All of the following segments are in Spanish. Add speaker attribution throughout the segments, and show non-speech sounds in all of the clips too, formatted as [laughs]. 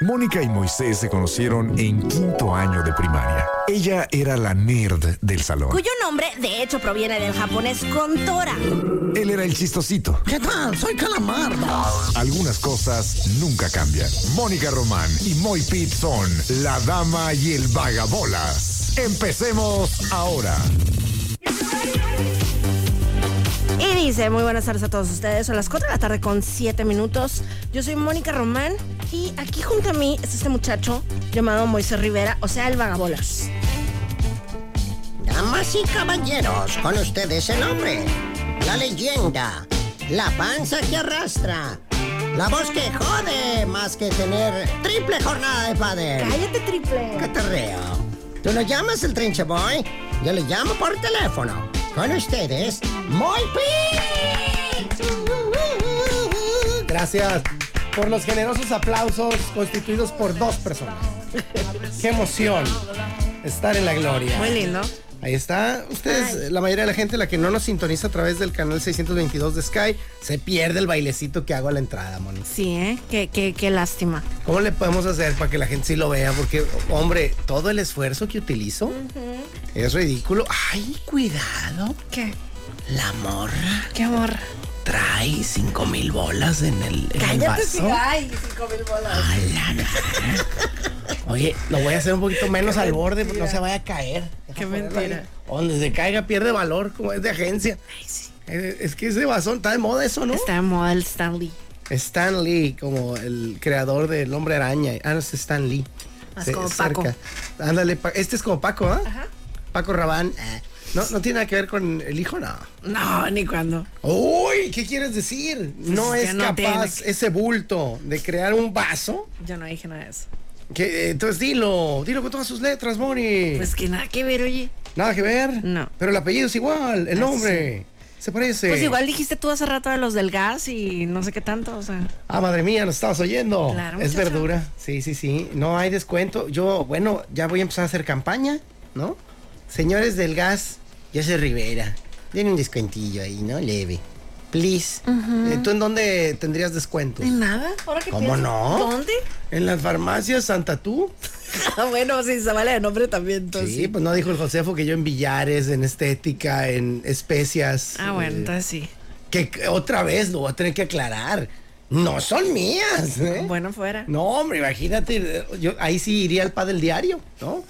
Speaker 1: Mónica y Moisés se conocieron en quinto año de primaria. Ella era la nerd del salón.
Speaker 2: cuyo nombre de hecho proviene del japonés Contora.
Speaker 1: Él era el chistosito.
Speaker 3: ¿Qué tal? Soy Calamar.
Speaker 1: Algunas cosas nunca cambian. Mónica Román y Moy Pitt son la dama y el vagabolas. Empecemos ahora.
Speaker 2: Y dice, muy buenas tardes a todos ustedes. Son las 4 de la tarde con 7 minutos. Yo soy Mónica Román y aquí junto a mí está este muchacho llamado Moisés Rivera, o sea, el vagabolas.
Speaker 3: Damas y caballeros, con ustedes el hombre, la leyenda, la panza que arrastra, la voz que jode más que tener triple jornada de padre.
Speaker 2: Cállate, triple.
Speaker 3: Catarreo. Tú no llamas el trinche boy, yo le llamo por teléfono. Con ustedes, Moy Pete.
Speaker 4: Gracias por los generosos aplausos constituidos por dos personas. Qué emoción estar en la gloria.
Speaker 2: Muy lindo.
Speaker 4: Ahí está. Ustedes, la mayoría de la gente, la que no nos sintoniza a través del canal 622 de Sky, se pierde el bailecito que hago a la entrada, monos.
Speaker 2: Sí, ¿eh? Qué, qué, qué lástima.
Speaker 4: ¿Cómo le podemos hacer para que la gente sí lo vea? Porque, hombre, todo el esfuerzo que utilizo es ridículo. Ay, cuidado.
Speaker 2: ¿Qué?
Speaker 4: La morra
Speaker 2: ¿Qué amor?
Speaker 4: trae cinco mil bolas en el, en el
Speaker 2: Cállate,
Speaker 4: vaso.
Speaker 2: sí. Ay, cinco mil bolas.
Speaker 4: A la madre. Oye, lo voy a hacer un poquito menos al borde porque no se vaya a caer. Deja
Speaker 2: Qué
Speaker 4: ponerlo
Speaker 2: mentira.
Speaker 4: ahí. Donde se caiga pierde valor, como es de agencia.
Speaker 2: Ay, sí.
Speaker 4: Eh, Es que ese vasón está de moda eso, ¿no?
Speaker 2: Está de moda el Stanley.
Speaker 4: Stan Lee, como el creador del Hombre Araña. Ah, no, es Stan Lee.
Speaker 2: Ah, es
Speaker 4: Se-
Speaker 2: como Paco.
Speaker 4: Ándale, Pa- este es como Paco, ¿ah? Paco Rabán. Ah, No, no tiene nada que ver con el hijo, no.
Speaker 2: No, ni cuando.
Speaker 4: ¡Uy! ¿Qué quieres decir? no
Speaker 2: Pues ya
Speaker 4: es
Speaker 2: no tiene
Speaker 4: capaz ese bulto de crear un vaso.
Speaker 2: Yo no dije nada de eso.
Speaker 4: Que, eh, entonces dilo, dilo con todas sus letras, Moni.
Speaker 2: Pues que nada que ver, oye.
Speaker 4: Nada que ver.
Speaker 2: No.
Speaker 4: Pero el apellido es igual, el nombre. Se parece.
Speaker 2: Pues igual dijiste tú hace rato de los del gas y no sé qué tanto, o sea.
Speaker 4: Ah, madre mía, nos estabas oyendo.
Speaker 2: Claro,
Speaker 4: es
Speaker 2: muchacho.
Speaker 4: verdura. Sí, sí, sí. No hay descuento. Yo, bueno, ya voy a empezar a hacer campaña, ¿no? Señores del gas, yo soy Rivera. Den un descuentillo ahí, ¿no? Leve. Please. Eh, ¿Tú en dónde tendrías descuentos?
Speaker 2: nada? ¿Ahora que
Speaker 4: ¿Cómo no?
Speaker 2: ¿Dónde?
Speaker 4: ¿En las farmacias Santa Tú?
Speaker 2: [laughs] Ah, bueno, sí, se vale de nombre también, entonces.
Speaker 4: Sí, pues no dijo el Josefo que yo en billares, en estética, en especias.
Speaker 2: Ah, bueno,
Speaker 4: eh,
Speaker 2: entonces sí.
Speaker 4: que que otra vez lo voy a tener que aclarar. No son mías. ¿eh?
Speaker 2: Bueno, fuera.
Speaker 4: No, hombre, imagínate. eh, Yo ahí sí iría al pádel diario, ¿no?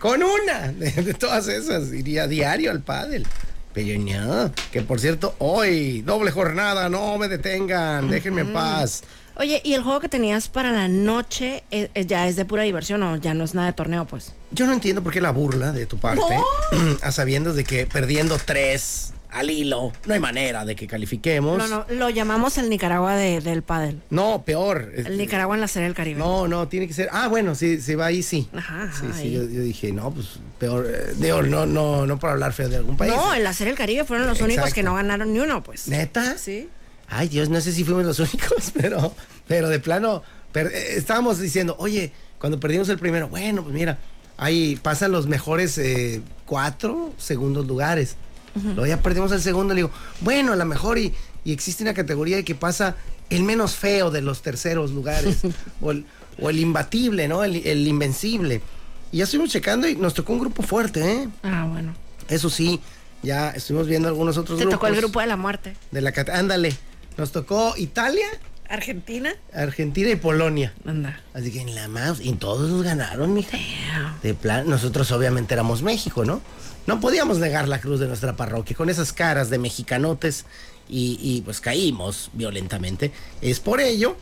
Speaker 4: Con una de, de todas esas. Iría diario al pádel. Pero no, que por cierto, hoy, doble jornada, no me detengan, déjenme en paz.
Speaker 2: Oye, ¿y el juego que tenías para la noche eh, eh, ya es de pura diversión o ya no es nada de torneo, pues?
Speaker 4: Yo no entiendo por qué la burla de tu parte, [clears throat] a sabiendas de que perdiendo tres al hilo, no hay manera de que califiquemos.
Speaker 2: No, no, lo llamamos el Nicaragua de- del pádel.
Speaker 4: No, peor.
Speaker 2: El Nicaragua en la serie del Caribe.
Speaker 4: No, no, tiene que ser. Ah, bueno, sí, se va ahí, sí.
Speaker 2: Ajá, ajá,
Speaker 4: sí, sí,
Speaker 2: ahí.
Speaker 4: yo, yo dije, no, pues peor. eh, digo, no, no, no por hablar feo de algún país.
Speaker 2: No, en la serie del Caribe fueron los únicos
Speaker 4: pues. Exacto.
Speaker 2: que no ganaron ni uno, pues.
Speaker 4: ¿Neta?
Speaker 2: Sí.
Speaker 4: Ay, Dios, no sé si fuimos los [laughs] únicos, pero, pero de plano, per- eh, estábamos diciendo, oye, cuando perdimos el primero, bueno, pues mira, ahí pasan los mejores eh, cuatro segundos lugares. Luego ya perdimos el segundo, le digo, bueno, a lo mejor y, y existe una categoría de que pasa el menos feo de los
Speaker 2: [laughs]
Speaker 4: terceros lugares, o, el, o el imbatible, ¿no? El, el invencible. Y ya estuvimos checando y nos tocó un grupo fuerte, ¿eh?
Speaker 2: Ah, bueno.
Speaker 4: Eso sí, ya estuvimos viendo algunos otros
Speaker 2: Te
Speaker 4: grupos.
Speaker 2: tocó el grupo de la muerte.
Speaker 4: De la cat- Ándale. Nos tocó Italia,
Speaker 2: Argentina.
Speaker 4: Argentina y Polonia.
Speaker 2: Anda.
Speaker 4: Así que en la más. Y todos nos ganaron, mija.
Speaker 2: Damn.
Speaker 4: De plan, nosotros obviamente éramos México, ¿no? No podíamos negar la cruz de nuestra parroquia con esas caras de mexicanotes y, y, pues caímos violentamente. Es por ello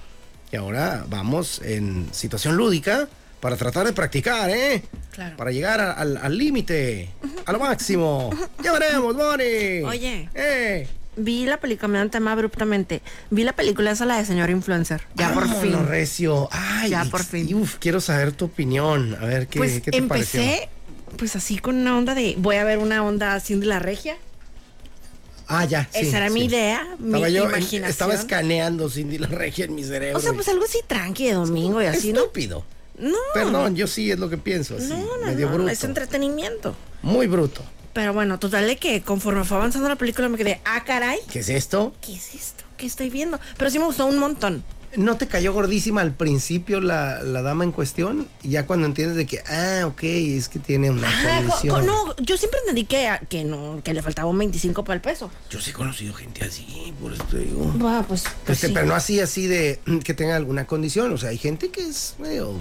Speaker 4: que ahora vamos en situación lúdica para tratar de practicar, ¿eh?
Speaker 2: Claro.
Speaker 4: Para llegar a- al al límite, a lo máximo. ¡Ya veremos, Moni!
Speaker 2: Oye.
Speaker 4: ¡Eh!
Speaker 2: Vi la película, me tema abruptamente. Vi la película esa, la de señor influencer. Ya por
Speaker 4: Vámonos,
Speaker 2: fin.
Speaker 4: Recio. Ay,
Speaker 2: Ya por fin.
Speaker 4: y uf, quiero saber tu opinión. A ver qué,
Speaker 2: pues
Speaker 4: qué te
Speaker 2: empecé,
Speaker 4: pareció.
Speaker 2: pues así con una onda de. Voy a ver una onda así de la regia.
Speaker 4: Ah, ya. sí,
Speaker 2: Esa era
Speaker 4: sí.
Speaker 2: mi idea, mi
Speaker 4: Estaba yo-
Speaker 2: imaginación.
Speaker 4: Estaba escaneando Cindy la regia en mi cerebro.
Speaker 2: O sea,
Speaker 4: y-
Speaker 2: pues algo así tranqui de domingo y así, ¿no?
Speaker 4: Estúpido.
Speaker 2: No.
Speaker 4: Perdón, yo sí es lo que pienso. Así,
Speaker 2: No, no,
Speaker 4: medio
Speaker 2: no,
Speaker 4: bruto.
Speaker 2: es entretenimiento.
Speaker 4: Muy bruto.
Speaker 2: Pero bueno, total de que conforme fue avanzando la película me quedé, ah, caray,
Speaker 4: ¿Qué es esto?
Speaker 2: ¿qué es esto? ¿Qué estoy viendo? Pero sí me gustó un montón.
Speaker 4: ¿No te cayó gordísima al principio la, la dama en cuestión? Y ya cuando entiendes de que, ah, ok, es que tiene una
Speaker 2: Ah, co- co-
Speaker 4: condición.
Speaker 2: no, yo siempre entendí que, que no, que le faltaba un 25 para el peso.
Speaker 4: Yo sí he conocido gente así, por eso te digo.
Speaker 2: Va, pues, pues
Speaker 4: Este,
Speaker 2: sí.
Speaker 4: Pero no así, así de mm, que tenga alguna condición. O sea, hay gente que es medio,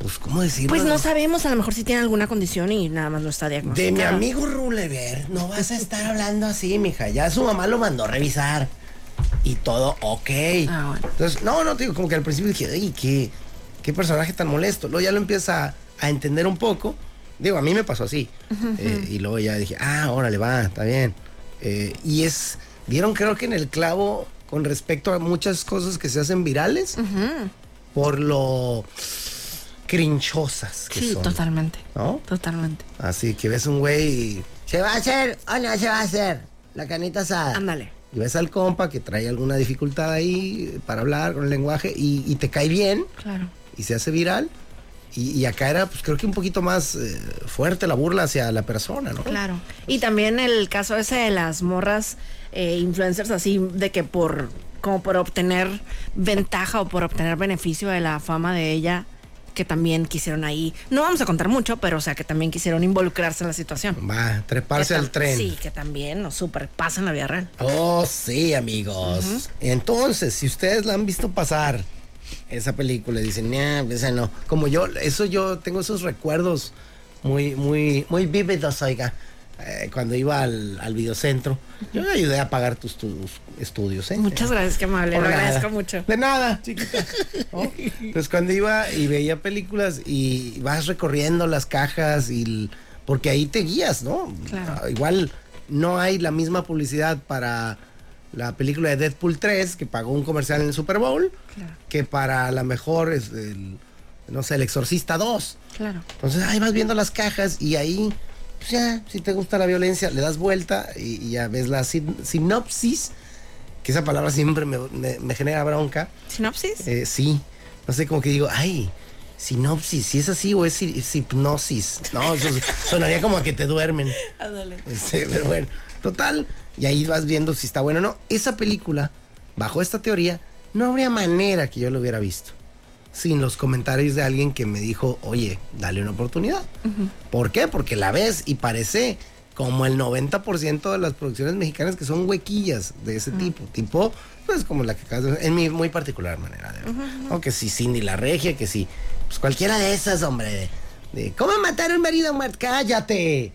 Speaker 4: pues, ¿cómo decirlo?
Speaker 2: Pues no sabemos, a lo mejor si tiene alguna condición y nada más no está diagnosticada.
Speaker 4: De mi amigo Rulever, no vas a estar hablando así, mija. Ya su mamá lo mandó a revisar. Y todo, ok.
Speaker 2: Ah, bueno.
Speaker 4: Entonces, no, no, te digo, como que al principio dije, ay, qué, qué personaje tan molesto. Luego ya lo empieza a, a entender un poco. Digo, a mí me pasó así. Eh, y luego ya dije, ah, órale, va, está bien. Eh, y es, vieron creo que en el clavo con respecto a muchas cosas que se hacen virales por lo crinchosas que
Speaker 2: Sí,
Speaker 4: son.
Speaker 2: totalmente.
Speaker 4: ¿No?
Speaker 2: Totalmente.
Speaker 4: Así que ves un güey y... ¿Se va a hacer o no se va a hacer? La canita asada.
Speaker 2: Ándale.
Speaker 4: Y ves al compa que trae alguna dificultad ahí para hablar con el lenguaje y, y te cae bien
Speaker 2: Claro.
Speaker 4: y se hace viral. Y, y acá era, pues creo que un poquito más eh, fuerte la burla hacia la persona, ¿no?
Speaker 2: Claro. Y también el caso ese de las morras eh, influencers así de que por como por obtener ventaja o por obtener beneficio de la fama de ella que también quisieron ahí. No vamos a contar mucho, pero o sea que también quisieron involucrarse en la situación.
Speaker 4: Va, treparse
Speaker 2: Que
Speaker 4: al
Speaker 2: tam-
Speaker 4: tren.
Speaker 2: Sí, que también nos super pasa en la vida real.
Speaker 4: Oh, sí, amigos. Entonces, si ustedes la han visto pasar esa película, y dicen, nah, esa no. Como yo, eso yo tengo esos recuerdos muy, muy, muy vívidos, oiga. Eh, cuando iba al, al videocentro, yo le ayudé a pagar tus, tus estudios, ¿eh?
Speaker 2: Muchas gracias, que amable. Lo
Speaker 4: Por nada.
Speaker 2: agradezco mucho.
Speaker 4: De nada, chiquita. ¿no? Entonces cuando iba y veía películas y vas recorriendo las cajas y l- porque ahí te guías, ¿no?
Speaker 2: Claro.
Speaker 4: Ah, Igual no hay la misma publicidad para la película de Deadpool 3 que pagó un comercial en el Super Bowl
Speaker 2: Claro.
Speaker 4: que para la mejor es el, no sé, el Exorcista 2.
Speaker 2: Claro.
Speaker 4: Entonces ahí vas viendo las cajas y ahí, pues ya, si te gusta la violencia, le das vuelta y, y ya ves la sin- sinopsis, que esa palabra siempre me, me- me genera bronca.
Speaker 2: Sinopsis.
Speaker 4: Eh, sí, no sé, como que digo, ay, sinopsis, si es así o es, hi- es hipnosis. No, eso sonaría como a que te duermen.
Speaker 2: Ándale.
Speaker 4: Este, pero bueno, total, y ahí vas viendo si está bueno o no. Esa película, bajo esta teoría, no habría manera que yo lo hubiera visto sin los comentarios de alguien que me dijo, oye, dale una oportunidad. ¿Por qué? Porque la ves y parece como el 90% de las producciones mexicanas que son huequillas de ese tipo, tipo, pues como la que acabas de en mi muy particular manera de ver. ¿no? Que si Cindy la Regia, que si, pues cualquiera de esas, hombre, de, de, ¿cómo matar a un marido muerto? ¡Cállate!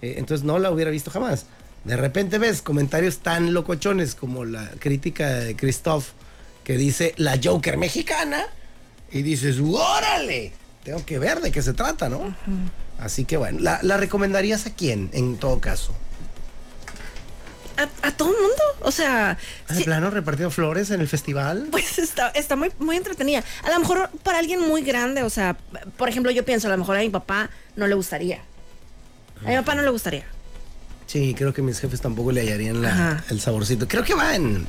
Speaker 4: Eh, entonces no la hubiera visto jamás. De repente ves comentarios tan locochones como la crítica de Christoph que dice la Joker mexicana y dices, órale, tengo que ver de qué se trata, ¿no? Así que bueno, ¿la, la recomendarías a quién en todo caso?
Speaker 2: A, a todo el mundo. O sea,
Speaker 4: ¿Al
Speaker 2: sí-
Speaker 4: plano repartió flores en el festival?
Speaker 2: Pues está, está muy, muy entretenida. A lo mejor para alguien muy grande, o sea, por ejemplo, yo pienso, a lo mejor a mi papá no le gustaría. A mi papá no le gustaría.
Speaker 4: Sí, creo que mis jefes tampoco le hallarían la-
Speaker 2: Ajá.
Speaker 4: el saborcito. Creo que va en...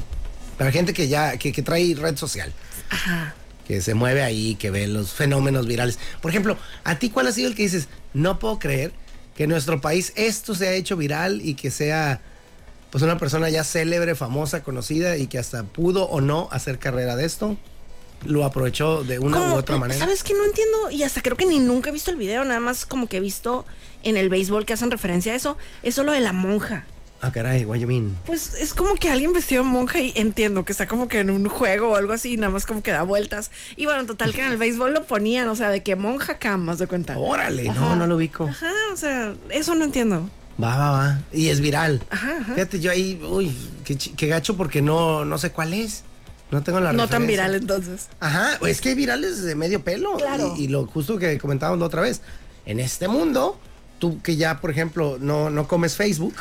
Speaker 4: Para gente que ya, que, que trae red social.
Speaker 2: Ajá.
Speaker 4: que se mueve ahí, que ve los fenómenos virales. Por ejemplo, ¿a ti cuál ha sido el que dices, no puedo creer que en nuestro país esto se ha hecho viral y que sea pues una persona ya célebre, famosa, conocida y que hasta pudo o no hacer carrera de esto? Lo aprovechó de una
Speaker 2: Como,
Speaker 4: u otra manera.
Speaker 2: ¿Sabes que No entiendo, y hasta creo que ni nunca he visto el video, nada más como que he visto en el béisbol que hacen referencia a eso, eso lo de la monja.
Speaker 4: Ah, caray, what you mean?
Speaker 2: Pues es como que alguien vestido de monja y entiendo que está como que en un juego o algo así, y nada más como que da vueltas. Y bueno, total que en el béisbol lo ponían, o sea, de que monja camas de cuenta.
Speaker 4: Órale,
Speaker 2: Ajá.
Speaker 4: no, no lo ubico.
Speaker 2: Ajá, o sea, eso no entiendo.
Speaker 4: Va, va, va. Y es viral.
Speaker 2: Ajá, ajá.
Speaker 4: Fíjate, yo ahí, uy, qué, chi- qué gacho porque no, no sé cuál es. No tengo la
Speaker 2: No tan
Speaker 4: referencia.
Speaker 2: viral entonces.
Speaker 4: Ajá, es que hay virales de medio pelo.
Speaker 2: Claro.
Speaker 4: Y, y lo justo que comentábamos la otra vez. En este mundo, tú que ya, por ejemplo, no, no comes Facebook,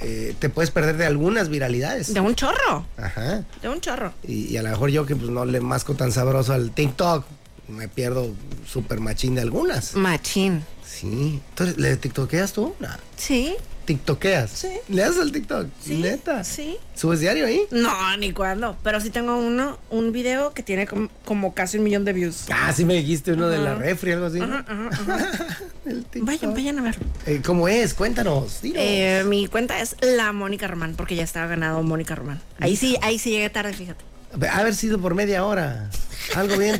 Speaker 4: eh, te puedes perder de algunas viralidades.
Speaker 2: De un chorro.
Speaker 4: Ajá.
Speaker 2: De un chorro.
Speaker 4: Y, y a lo mejor yo que pues, no le masco tan sabroso al TikTok, me pierdo súper machín de algunas.
Speaker 2: Machín.
Speaker 4: Sí. Entonces, ¿le tiktokeas tú? No.
Speaker 2: Sí.
Speaker 4: ¿Tiktokeas?
Speaker 2: Sí.
Speaker 4: ¿Le das al TikTok?
Speaker 2: Sí,
Speaker 4: ¿Neta?
Speaker 2: sí.
Speaker 4: ¿Subes diario ahí?
Speaker 2: No, ni cuándo. Pero sí tengo uno, un video que tiene com- como casi un millón de views.
Speaker 4: Ah, sí me dijiste uno de la refri, algo así. ¿no?
Speaker 2: Ajá, ajá.
Speaker 4: [laughs] El TikTok.
Speaker 2: Vayan, vayan a verlo.
Speaker 4: Eh, ¿Cómo es? Cuéntanos. dinos.
Speaker 2: Eh, mi cuenta es la Mónica Román, porque ya estaba ganado Mónica Román. Ahí sí, ahí sí llegué tarde, fíjate.
Speaker 4: Haber sido por media hora. Algo bien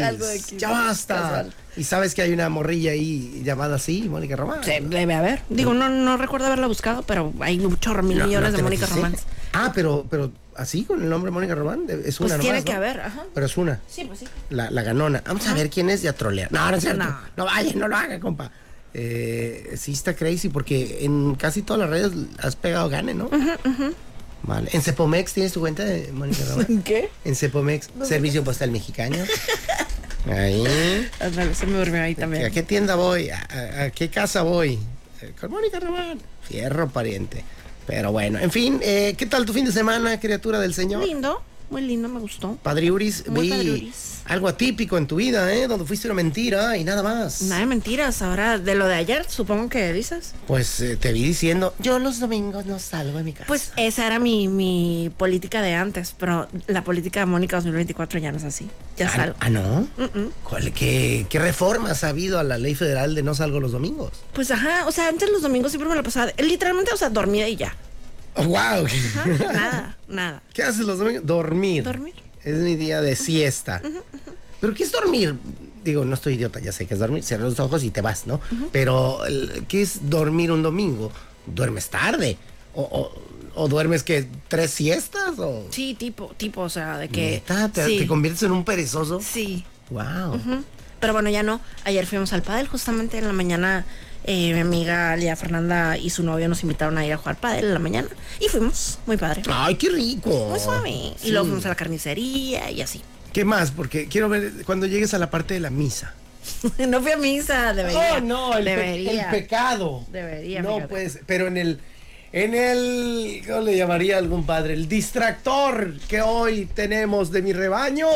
Speaker 2: [laughs] Algo de aquí,
Speaker 4: ya basta.
Speaker 2: casual.
Speaker 4: Y sabes que hay una morrilla ahí llamada así, Mónica Román.
Speaker 2: Se debe haber. Digo, no, no recuerdo haberla buscado, pero hay un chorro mil
Speaker 4: No,
Speaker 2: millones
Speaker 4: no
Speaker 2: de
Speaker 4: te
Speaker 2: Mónica
Speaker 4: metiste.
Speaker 2: Román.
Speaker 4: Ah, pero, pero así con el nombre Mónica Román. de-
Speaker 2: Pues
Speaker 4: Es una nomás,
Speaker 2: tiene
Speaker 4: ¿no?
Speaker 2: que haber, ajá.
Speaker 4: Pero es una.
Speaker 2: Sí, pues sí.
Speaker 4: La, la ganona. Vamos a ver quién es ya trolea. No, no es cierto.
Speaker 2: No.
Speaker 4: No, vaya, no lo haga, compa. Eh, sí está crazy porque en casi todas las redes has pegado gane, ¿no? Vale. ¿En Cepomex tienes tu cuenta de Mónica
Speaker 2: [laughs]
Speaker 4: Román?
Speaker 2: ¿Qué?
Speaker 4: En Cepomex, Servicio Postal Mexicano. Ahí.
Speaker 2: Ándale, Ah, se me durmió ahí también.
Speaker 4: ¿A qué tienda voy? ¿A, a- a qué casa voy? Eh, Con Mónica Román. Fierro pariente. Pero bueno, en fin, eh, ¿qué tal tu fin de semana, criatura del Señor?
Speaker 2: Lindo, muy lindo, me gustó.
Speaker 4: Padriuris,
Speaker 2: Muy
Speaker 4: vi
Speaker 2: padriuris.
Speaker 4: algo atípico en tu vida, ¿eh? Donde fuiste una mentira y nada más.
Speaker 2: Nada de mentiras. Ahora, de lo de ayer, supongo que dices.
Speaker 4: Pues eh, te vi diciendo, yo los domingos no salgo de mi casa.
Speaker 2: Pues esa era mi, mi política de antes, pero la política de Mónica 2024 ya no es Mm, así. Ya
Speaker 4: ah,
Speaker 2: salgo.
Speaker 4: ah, no. ¿Cuál- qué, qué reformas ha habido a la ley federal de no salgo los domingos?
Speaker 2: Pues ajá, o sea, antes los domingos siempre me la pasaba, literalmente, o sea, dormida y ya.
Speaker 4: [laughs] ¡Wow!
Speaker 2: Ajá, [laughs] nada, nada.
Speaker 4: ¿Qué haces los domingos? Dormir.
Speaker 2: Dormir.
Speaker 4: Es mi día de siesta. ¿Pero qué es dormir? Digo, no estoy idiota, ya sé que es dormir. Cierras los ojos y te vas, ¿no? Pero, el- ¿qué es dormir un domingo? ¿Duermes tarde? ¿O, o- o duermes que tres siestas? ¿O
Speaker 2: Sí, tipo, tipo, o sea, de que.
Speaker 4: ¿Neta? ¿Te,
Speaker 2: sí,
Speaker 4: te conviertes en un perezoso?
Speaker 2: sí.
Speaker 4: ¡Wow!
Speaker 2: Ujú. Pero bueno, ya no. Ayer fuimos al pádel, justamente en la mañana eh, mi amiga Lía Fernanda y su novio nos invitaron a ir a jugar pádel en la mañana. Y fuimos, muy padre.
Speaker 4: ¡Ay, qué rico!
Speaker 2: Muy suave.
Speaker 4: Oh, Sí.
Speaker 2: Y luego pues, fuimos a la carnicería y así. [laughs]
Speaker 4: ¿Qué más? Porque quiero ver cuando llegues a la parte de la misa.
Speaker 2: no fui a misa, debería.
Speaker 4: Oh, no, el, pe-
Speaker 2: debería.
Speaker 4: el pecado.
Speaker 2: Debería,
Speaker 4: No,
Speaker 2: fíjate.
Speaker 4: pues, pero en el, en el, ¿cómo le llamaría algún padre? El distractor que hoy tenemos de
Speaker 2: [laughs]
Speaker 4: mi rebaño,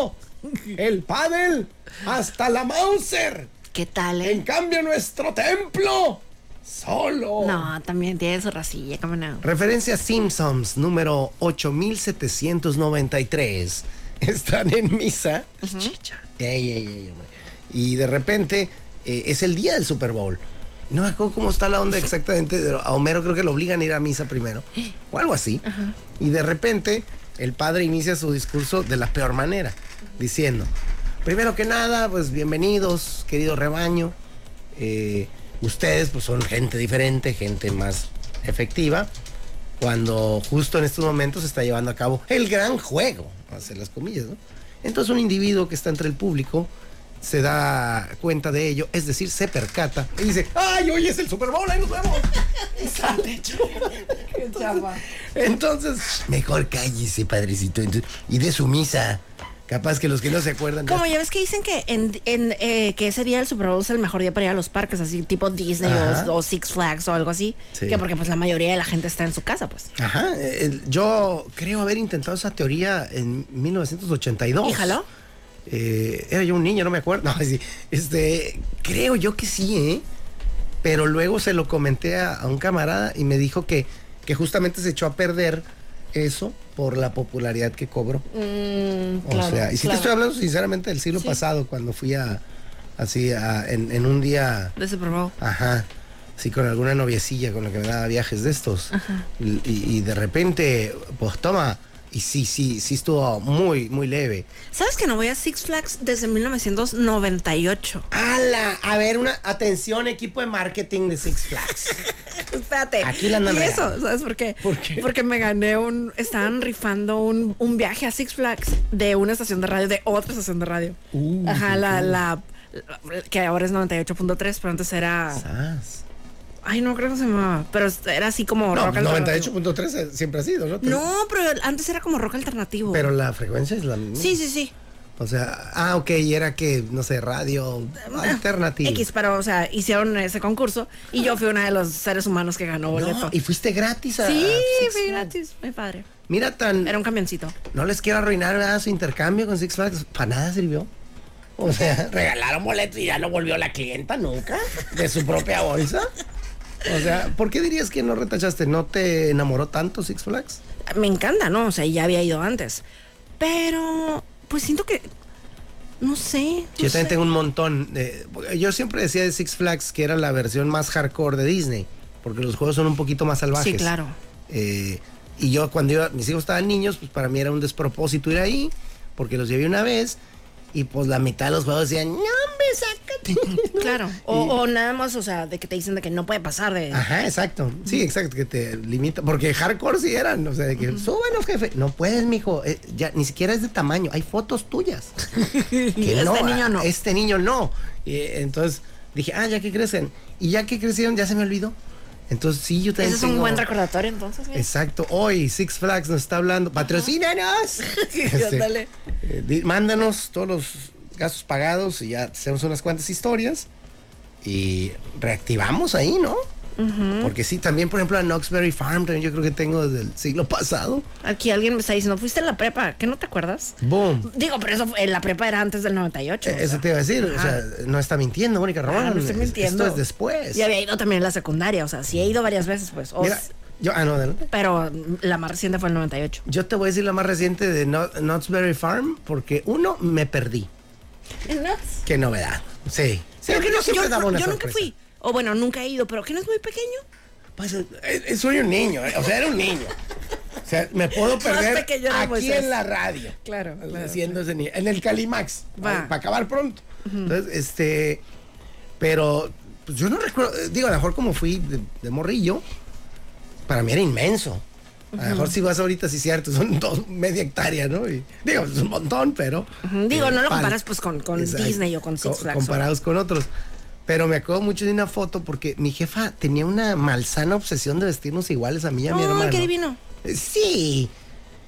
Speaker 4: el pádel, hasta la Mauser.
Speaker 2: ¿Qué tal, eh?
Speaker 4: En cambio, nuestro templo, solo.
Speaker 2: No, también tiene su racilla, cómo no.
Speaker 4: Referencia Simpsons número 8793. [laughs] Están en misa. Chicha. Ey, ey, ey, hombre. Y de repente eh, es el día del Super Bowl. No me acuerdo cómo está la onda exactamente. pero A Homero creo que lo obligan a ir a misa primero. O algo así. Y de repente el padre inicia su discurso de la peor manera. Diciendo, primero que nada, pues bienvenidos, querido rebaño. Eh, ustedes pues son gente diferente, gente más efectiva, cuando justo en estos momentos se está llevando a cabo el gran juego, hacer las comillas, ¿no? Entonces un individuo que está entre el público se da cuenta de ello, es decir, se percata y dice, ¡ay, hoy es el Super Bowl, ahí nos vemos! [laughs] Y sale, chulo.
Speaker 2: chapa.
Speaker 4: Entonces, mejor cállese, padrecito, entonces, y de su misa. Capaz que los que no se acuerdan...
Speaker 2: Como ya ves que dicen que en, en, eh, que ese día del Super Bowl es el mejor día para ir a los parques, así tipo Disney
Speaker 4: Ajá.
Speaker 2: o, o Six Flags o algo así.
Speaker 4: Sí.
Speaker 2: Que porque pues la mayoría de la gente está en su casa, pues.
Speaker 4: Ajá, eh, el- yo creo haber intentado esa teoría en 1982.
Speaker 2: ¿Y jaló?
Speaker 4: Eh, era yo un niño, no me acuerdo. [laughs] No, sí, este, creo yo que sí, ¿eh? Pero luego se lo comenté a, a un camarada y me dijo que, que justamente se echó a perder eso por la popularidad que cobró.
Speaker 2: Mm,
Speaker 4: O sea, y si te estoy hablando sinceramente del siglo pasado, cuando fui a, así, a- en, en un día...
Speaker 2: De Super Bowl.
Speaker 4: Ajá. Sí, con alguna noviecilla con la que me daba viajes de estos. Y, y de repente, pues toma. Y sí, sí, sí estuvo muy, muy leve.
Speaker 2: ¿Sabes que no voy a Six Flags desde 1998?
Speaker 4: [laughs] ¡Hala! A ver, una atención, equipo de marketing de Six
Speaker 2: [laughs]
Speaker 4: Flags.
Speaker 2: Espérate.
Speaker 4: Aquí la andan
Speaker 2: Y eso,
Speaker 4: regando.
Speaker 2: ¿sabes por qué?
Speaker 4: ¿Por qué?
Speaker 2: Porque me gané un. Estaban rifando un, un viaje a Six Flags de una estación de radio, de otra estación de radio.
Speaker 4: Uh,
Speaker 2: Ajá, la, la- la- Que ahora es 98.3, pero antes era.
Speaker 4: Sas.
Speaker 2: Ay, no creo que se llamaba. Pero era así como
Speaker 4: No,
Speaker 2: rock alternativo.
Speaker 4: 98.3 eh, siempre ha sido, ¿no?
Speaker 2: No, pero antes era como rock alternativo.
Speaker 4: Pero la frecuencia es la misma.
Speaker 2: Sí, sí, sí.
Speaker 4: O sea, ah, ok, y era que, no sé, radio alternativa.
Speaker 2: Ah, X, pero, o sea, hicieron ese concurso y yo fui una de los seres humanos que ganó boleto.
Speaker 4: No, y fuiste gratis a
Speaker 2: Sí,
Speaker 4: Six
Speaker 2: fui
Speaker 4: Flags.
Speaker 2: gratis, muy padre.
Speaker 4: Mira tan...
Speaker 2: Era un camioncito.
Speaker 4: No les quiero arruinar ¿verdad? su intercambio con Six Flags. Para nada sirvió. O sea, [laughs] regalaron boletos y ya no volvió la clienta nunca de su propia bolsa. O sea, ¿por qué dirías que no retachaste? ¿No te enamoró tanto Six Flags?
Speaker 2: Me encanta, ¿no? O sea, ya había ido antes. Pero, pues siento que. No sé. no
Speaker 4: Yo también
Speaker 2: sé.
Speaker 4: tengo un montón. de- yo siempre decía de Six Flags que era la versión más hardcore de Disney, porque los juegos son un poquito más salvajes.
Speaker 2: Sí, claro.
Speaker 4: Eh, Y yo cuando iba, mis hijos estaban niños, pues para mí era un despropósito ir ahí, porque los llevé una vez y pues la mitad de los juegos decían, no, hombre,
Speaker 2: [laughs]
Speaker 4: sácate.
Speaker 2: Claro. O, o nada más, o sea, de que te dicen de que no puede pasar de. [laughs]
Speaker 4: Ajá, exacto. Sí, exacto, que te limita. Porque hardcore sí eran, o sea, de que súbanos, jefe. No puedes, mijo. eh, ya, ni siquiera es de tamaño. Hay fotos tuyas. Que
Speaker 2: Este niño
Speaker 4: ah,
Speaker 2: no.
Speaker 4: Este niño no. Y, eh, entonces dije, ah, ya que crecen. Y ya que crecieron, ya se me olvidó. Entonces sí, yo también
Speaker 2: Ese es un
Speaker 4: tengo-
Speaker 2: buen recordatorio, entonces. mira.
Speaker 4: Exacto. Hoy Six Flags nos está
Speaker 2: [laughs]
Speaker 4: hablando. ¡Patrocínanos!
Speaker 2: Ándale.
Speaker 4: eh, di- mándanos todos los gastos pagados y ya hacemos unas cuantas historias. Y reactivamos ahí, ¿no? Porque sí, también, por ejemplo, a Knoxberry Farm, también yo creo que tengo desde el siglo pasado.
Speaker 2: Aquí alguien me está diciendo, fuiste en la prepa, ¿qué no te acuerdas?
Speaker 4: ¡Boom!
Speaker 2: Digo, pero eso fue- la prepa era antes del 98.
Speaker 4: Eh,
Speaker 2: o
Speaker 4: Eso
Speaker 2: sea.
Speaker 4: te iba a decir, o
Speaker 2: Ajá.
Speaker 4: sea, no está mintiendo, Mónica Román.
Speaker 2: Ah, no estoy
Speaker 4: Es-
Speaker 2: mintiendo.
Speaker 4: Esto es después.
Speaker 2: Y había ido también a la secundaria, o sea, sí he ido varias veces, pues. o
Speaker 4: Mira,
Speaker 2: s-
Speaker 4: yo, ah, no, adelante.
Speaker 2: pero mm, la más reciente fue el 98.
Speaker 4: Yo te voy a decir la más reciente de No- Knoxberry Farm, porque uno, me perdí. Qué novedad. Sí. Sí,
Speaker 2: Pero que no-
Speaker 4: siempre
Speaker 2: yo-
Speaker 4: daba una
Speaker 2: yo nunca
Speaker 4: sorpresa.
Speaker 2: fui. O bueno, nunca he ido, pero que no es muy pequeño.
Speaker 4: Pues, eh, eh, soy un niño, eh, o sea, era un niño. O sea,
Speaker 2: [laughs]
Speaker 4: me puedo perder
Speaker 2: pequeño de
Speaker 4: aquí
Speaker 2: Moisés.
Speaker 4: en la radio. eh,
Speaker 2: Claro, claro.
Speaker 4: Haciendo ese niño. En el Calimax. eh,
Speaker 2: Va.
Speaker 4: Para acabar pronto. Entonces, este. Pero pues, yo no recuerdo. eh, Digo, a lo mejor como fui de, de morrillo, para mí era inmenso. A lo mejor si vas ahorita, sí, cierto, son dos, media hectárea, ¿no? Y, digo, es un montón, pero. eh,
Speaker 2: Ujú, digo, no lo
Speaker 4: pal-
Speaker 2: comparas, pues, con- con Disney o con Six
Speaker 4: Co-
Speaker 2: Flags,
Speaker 4: Comparados con otros. Pero me acuerdo mucho de una foto porque mi jefa tenía una malsana obsesión de vestirnos iguales a mí y a mi
Speaker 2: Ay,
Speaker 4: hermano. Eh,
Speaker 2: qué divino.
Speaker 4: Sí,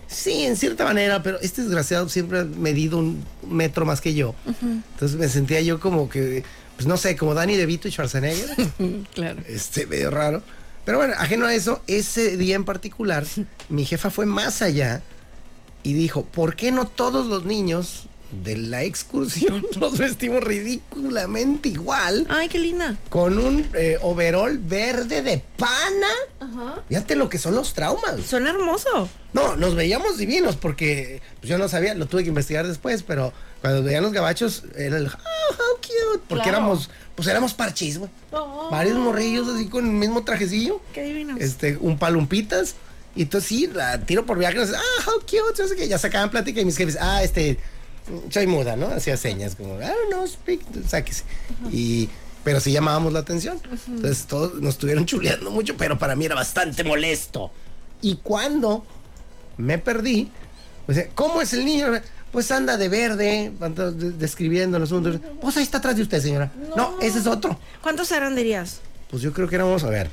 Speaker 4: sí, en cierta manera, pero este desgraciado siempre ha medido un metro más que yo. Entonces me sentía yo como que, pues no sé, como Danny DeVito y Schwarzenegger.
Speaker 2: [laughs] Claro.
Speaker 4: este, medio raro. Pero bueno, ajeno a eso, ese día en particular, mi jefa fue más allá y dijo, ¿por qué no todos los niños de la excursión [laughs] nos vestimos ridículamente igual?
Speaker 2: Ay, qué linda.
Speaker 4: Con un eh, overol verde de pana. Fíjate lo que son los traumas.
Speaker 2: Suena hermoso.
Speaker 4: No, nos veíamos divinos porque pues, yo no sabía, lo tuve que investigar después, pero cuando veían los gabachos era el oh, how cute, porque
Speaker 2: Claro.
Speaker 4: éramos pues éramos parchis, güey.
Speaker 2: Oh.
Speaker 4: Varios morrillos así con el mismo trajecillo.
Speaker 2: Qué divino.
Speaker 4: Este, un palumpitas. Y entonces sí, la tiro por viaje, nos- ah, how cute, no sé qué, ya sacaban plática y mis jefes, ah, este, soy muda, ¿no? Hacía señas como, ah, no, speak, sáquese. Y, pero sí llamábamos la atención. Entonces todos nos estuvieron chuleando mucho, pero para mí era bastante molesto. Y cuando me perdí, o sea, ¿cómo es el niño? Pues anda de verde, anda de- describiendo los mundos. Pues ahí está atrás de usted, señora. no ese es otro.
Speaker 2: ¿Cuántos eran, dirías?
Speaker 4: Pues yo creo que éramos, a ver.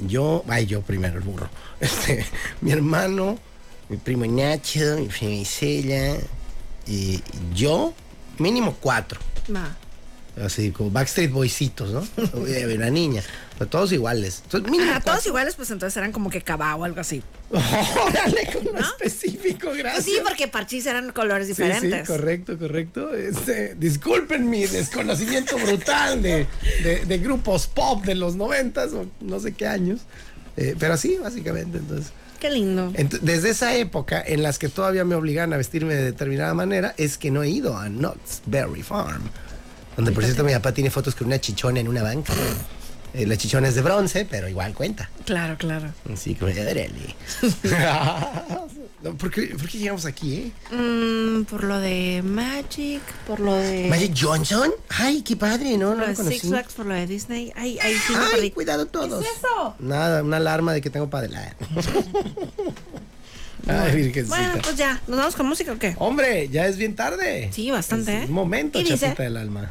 Speaker 4: Yo, ay, yo primero, el burro. [laughs] Este, mi hermano, mi primo Nacho, mi prima Isela, y yo, mínimo cuatro.
Speaker 2: Va.
Speaker 4: Así como Backstreet Boycitos, ¿no? [laughs] Oye, Una niña. Pero todos iguales. Entonces, mínimo
Speaker 2: Ah, todos
Speaker 4: cuatro. [laughs]
Speaker 2: iguales, pues entonces eran como que cabá o algo así.
Speaker 4: Órale, con lo específico,
Speaker 2: Pues
Speaker 4: gracias.
Speaker 2: Sí, porque parchís eran colores
Speaker 4: Sí, sí,
Speaker 2: diferentes.
Speaker 4: correcto, correcto. Este, disculpen mi desconocimiento brutal de, de- de grupos pop de los noventas o no sé qué años. Eh, pero sí, básicamente, entonces.
Speaker 2: Qué lindo.
Speaker 4: Ent- desde esa época en las que todavía me obligan a vestirme de determinada manera, es que no he ido a Knott's Berry Farm. Donde, por cierto, mi papá tiene fotos con una chichona en una banca. Eh, la chichona es de bronce, pero igual cuenta.
Speaker 2: Claro, claro.
Speaker 4: Así que, adérele. [laughs] No, ¿Por qué, ¿Por qué llegamos aquí, eh?
Speaker 2: Mm, por lo de Magic, por lo de.
Speaker 4: Magic Johnson. Ay, qué padre,
Speaker 2: Por
Speaker 4: no, no
Speaker 2: lo
Speaker 4: lo
Speaker 2: de
Speaker 4: conocí.
Speaker 2: Six Flags, por lo de Disney. Ay, ay, sí, me
Speaker 4: Ay,
Speaker 2: perdí.
Speaker 4: cuidado todos.
Speaker 2: ¿Qué es eso?
Speaker 4: Nada, una alarma de que
Speaker 2: [laughs]
Speaker 4: tengo padre. Ay, virgencita.
Speaker 2: Bueno, pues ya. ¿Nos vamos con música o qué?
Speaker 4: Hombre, ya es bien tarde.
Speaker 2: Sí, bastante,
Speaker 4: Es
Speaker 2: ¿eh?
Speaker 4: Un momento,
Speaker 2: ¿Qué dice?
Speaker 4: chapita del alma.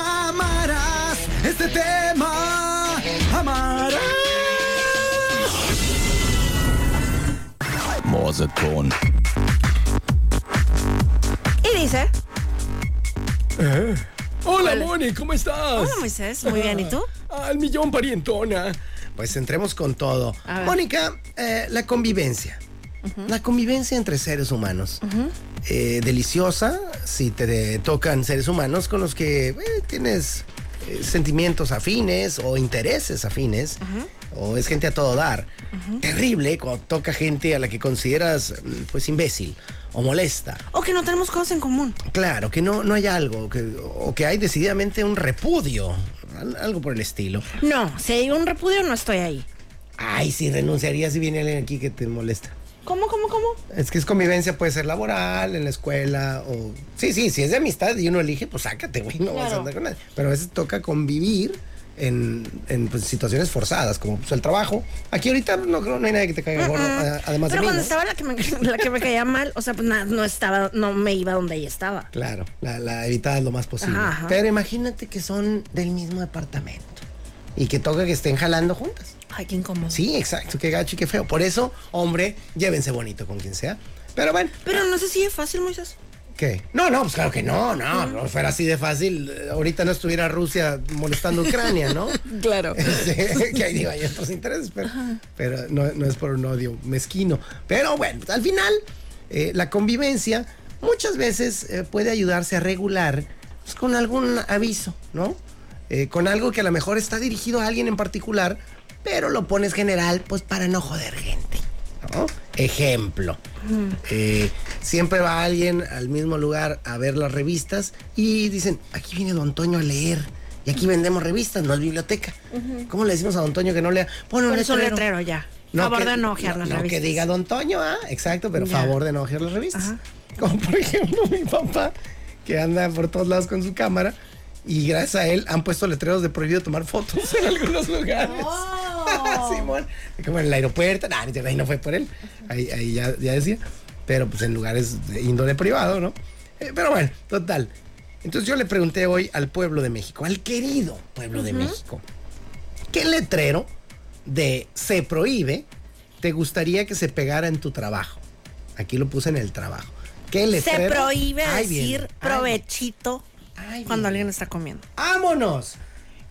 Speaker 5: amarás, este tema amarás.
Speaker 6: Morseton.
Speaker 2: Y dice.
Speaker 4: Hola, Moni, ¿cómo estás?
Speaker 2: Hola, Moisés. Muy bien. ¿Y
Speaker 4: [laughs]
Speaker 2: tú?
Speaker 4: Al millón parientona. Pues entremos con todo.
Speaker 2: A ver.
Speaker 4: Mónica, eh, la convivencia. La convivencia entre seres humanos. eh, deliciosa si te de- tocan seres humanos con los que eh, tienes eh, sentimientos afines o intereses afines o es gente a todo dar. Terrible cuando toca gente a la que consideras mm, pues imbécil o molesta.
Speaker 2: O que no tenemos cosas en común.
Speaker 4: Claro, que no, no hay algo, que- o que hay decididamente un repudio, al- algo por el estilo.
Speaker 2: No, si hay un repudio no estoy ahí.
Speaker 4: Ay, si renunciarías si viene alguien aquí que te molesta.
Speaker 2: ¿Cómo, cómo, cómo?
Speaker 4: Es que es convivencia, puede ser laboral, en la escuela, o... Sí, sí, si es de amistad y uno elige, pues sácate, güey, no vas a
Speaker 2: Claro.
Speaker 4: andar con nadie. Pero a veces toca convivir en, en, pues, situaciones forzadas, como pues, el trabajo. Aquí ahorita no creo, no hay nadie que te caiga gordo, a-
Speaker 2: Mm, Pero
Speaker 4: además de mí,
Speaker 2: cuando
Speaker 4: ¿no?
Speaker 2: estaba la que, me, [laughs] la que me caía mal, o sea, pues na- no estaba, no me iba donde ella estaba.
Speaker 4: Claro, la, la evitabas lo más posible.
Speaker 2: Ajá, ajá.
Speaker 4: Pero imagínate que son del mismo departamento y que toca que estén jalando juntas.
Speaker 2: Ay, qué incómodo.
Speaker 4: Sí, exacto, qué gacho y qué feo. Por eso, hombre, llévense bonito con quien sea. Pero bueno,
Speaker 2: Pero no sé si es fácil, Moisés.
Speaker 4: ¿Qué? No, no, pues claro que no, no, no fuera así de fácil. eh, Ahorita no estuviera Rusia molestando a Ucrania, ¿no? [laughs]
Speaker 2: Claro.
Speaker 4: Este, que ahí digo, hay otros intereses, pero, pero no, no es por un odio mezquino. Pero bueno, pues, al final, eh, la convivencia muchas veces eh, puede ayudarse a regular pues, con algún aviso, ¿no? Eh, con algo que a lo mejor está dirigido a alguien en particular, pero lo pones general, pues para no joder gente. ¿no? Ejemplo.
Speaker 2: Mm.
Speaker 4: Eh, siempre va alguien al mismo lugar a ver las revistas y dicen, aquí viene don Toño a leer. Y aquí vendemos revistas, no es biblioteca. ¿Cómo le decimos a don Toño que no lea? Pon un
Speaker 2: Por eso un
Speaker 4: letrero.
Speaker 2: letrero ya. favor de no ojear las
Speaker 4: no
Speaker 2: revistas.
Speaker 4: que diga Don Toño, ¿ah? Exacto, pero
Speaker 2: Ya.
Speaker 4: favor de no ojear las revistas.
Speaker 2: Ajá.
Speaker 4: Como por ejemplo mi papá, que anda por todos lados con su cámara. Y gracias a él han puesto letreros de prohibido tomar fotos en algunos lugares.
Speaker 2: Oh.
Speaker 4: [laughs] Simón. Como en el aeropuerto. Nah, ni siquiera, ahí no fue por él. Ahí, ahí ya, ya decía. Pero pues en lugares de índole privado, ¿no? Eh, pero bueno, total. Entonces yo le pregunté hoy al pueblo de México, al querido pueblo de México. ¿Qué letrero de se prohíbe te gustaría que se pegara en tu trabajo? Aquí lo puse en el trabajo. ¿Qué letrero?
Speaker 2: Se prohíbe
Speaker 4: Ahí
Speaker 2: decir
Speaker 4: viene, ahí
Speaker 2: provechito
Speaker 4: Ay,
Speaker 2: cuando
Speaker 4: bien.
Speaker 2: alguien está comiendo.
Speaker 4: ¡Vámonos!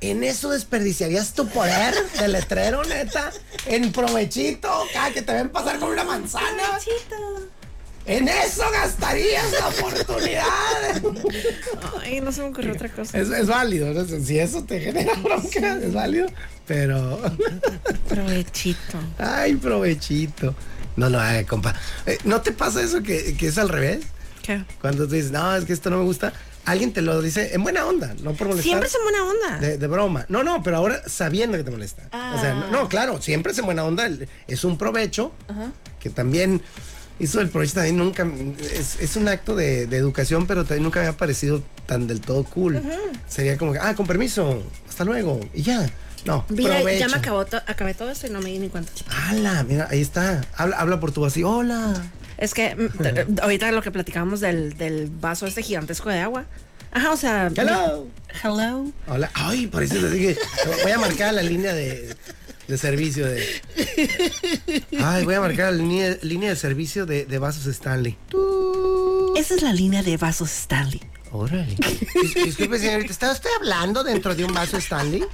Speaker 4: ¿En eso desperdiciarías tu poder de letrero, neta? ¿En provechito? ¿Cada que te ven pasar con una manzana? ¿En eso gastarías la oportunidad? [laughs]
Speaker 2: Ay, no se me ocurrió otra cosa.
Speaker 4: Es, es válido, ¿no? si eso te genera bronca, es válido, pero...
Speaker 2: Provechito.
Speaker 4: ¡Ay, provechito! No lo haga, compa. Eh, ¿No te pasa eso que, que es al revés?
Speaker 2: ¿Qué?
Speaker 4: Cuando tú dices, no, es que esto no me gusta, alguien te lo dice en buena onda, no por molestar.
Speaker 2: Siempre se buena onda.
Speaker 4: De, de broma. No, no, pero ahora sabiendo que te molesta. O
Speaker 2: Ah.
Speaker 4: sea, no, no, claro, siempre es en buena onda. el- Es un provecho que también. Eso del provecho también nunca. Es, es un acto de, de educación, pero también nunca me ha parecido tan del todo cool. Sería como que, ah, con permiso, hasta luego, y ya. No,
Speaker 2: Mira,
Speaker 4: provecho.
Speaker 2: ya me acabó to- acabé todo esto y no me di ni cuenta.
Speaker 4: Ala, mira, ahí está. Habla, habla por tu así, hola.
Speaker 2: Es que mm, t- ahorita lo que platicábamos del, del vaso este gigantesco de agua. Ajá, o sea.
Speaker 4: Hello.
Speaker 2: Hello.
Speaker 4: Hola. Ay, parece así que voy a marcar la línea de, de servicio de. Ay, voy a marcar la línea, línea de servicio de, de vasos Stanley.
Speaker 2: Esa es la línea de vasos Stanley.
Speaker 4: Órale. Dis- Disculpe, señorita, ¿está usted hablando dentro de un vaso Stanley?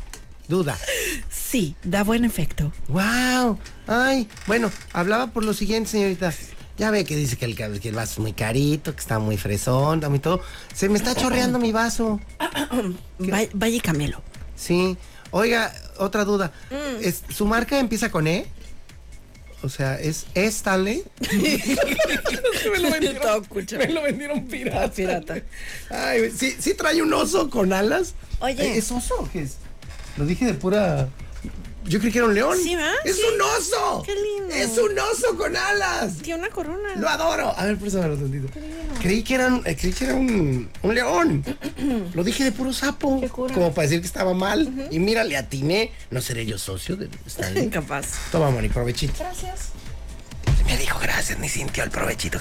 Speaker 4: Duda.
Speaker 2: Sí, da buen efecto.
Speaker 4: ¡Wow! Ay, bueno, hablaba por lo siguiente, señorita. Ya ve que dice que el, ca- que el vaso es muy carito, que está muy fresón, está muy todo. Se me está chorreando mi vaso.
Speaker 2: Vaya, y Camelo.
Speaker 4: Sí. Oiga, otra duda.
Speaker 2: Mm.
Speaker 4: Es- ¿Su marca empieza con E? O sea, ¿es E [laughs] Stanley?
Speaker 2: Todo cucho.
Speaker 4: lo vendieron pirata.
Speaker 2: Pirata.
Speaker 4: Ay, ¿sí, sí trae un oso con alas?
Speaker 2: Oye.
Speaker 4: Ay, ¿Es oso o qué es? Lo dije de pura... Yo creí que era un león.
Speaker 2: Sí, ¿verdad?
Speaker 4: ¡Es
Speaker 2: Sí.
Speaker 4: un oso!
Speaker 2: Qué lindo.
Speaker 4: ¡Es un oso con alas!
Speaker 2: Tiene una corona.
Speaker 4: ¡Lo adoro! A ver, préstamelo tantito. Creí que, eran, eh, creí que era un,
Speaker 2: [clears throat]
Speaker 4: un león. Lo dije de puro sapo.
Speaker 2: Qué cura.
Speaker 4: Como para decir que estaba mal. Y mira, le atiné. ¿No seré yo socio de
Speaker 2: [laughs]
Speaker 4: Stanley?
Speaker 2: Incapaz.
Speaker 4: Toma, Moni, provechito.
Speaker 2: Gracias.
Speaker 4: Me dijo gracias, ni sintió el provechito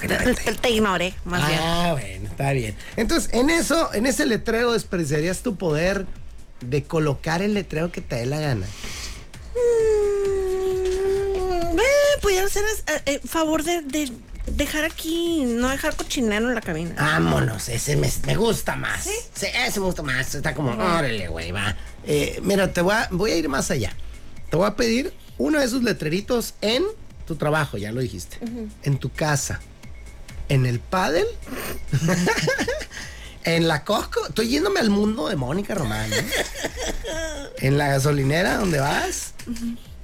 Speaker 2: [laughs]
Speaker 4: que le
Speaker 2: Te,
Speaker 4: aventé.
Speaker 2: te- te ignoré, más bien.
Speaker 4: Ah, bueno, está bien. Entonces, en eso, en ese letrero desperdiciarías tu poder de colocar el letrero que te dé la gana.
Speaker 2: Mm, eh, pudiera ser eh, eh, favor de, de dejar aquí, no dejar cochinero en la
Speaker 4: Ah,
Speaker 2: cabina.
Speaker 4: Vámonos, ese me, me gusta más. ¿Sí? ese me gusta más. Está como, órale, güey, va. Eh, mira, te voy a, voy a ir más allá. Te voy a pedir uno de esos letreritos en tu trabajo, ya lo dijiste. En tu casa. en el
Speaker 2: [laughs]
Speaker 4: pádel, en la Costco. Estoy yéndome al mundo de Mónica Román. ¿eh? En la gasolinera donde vas.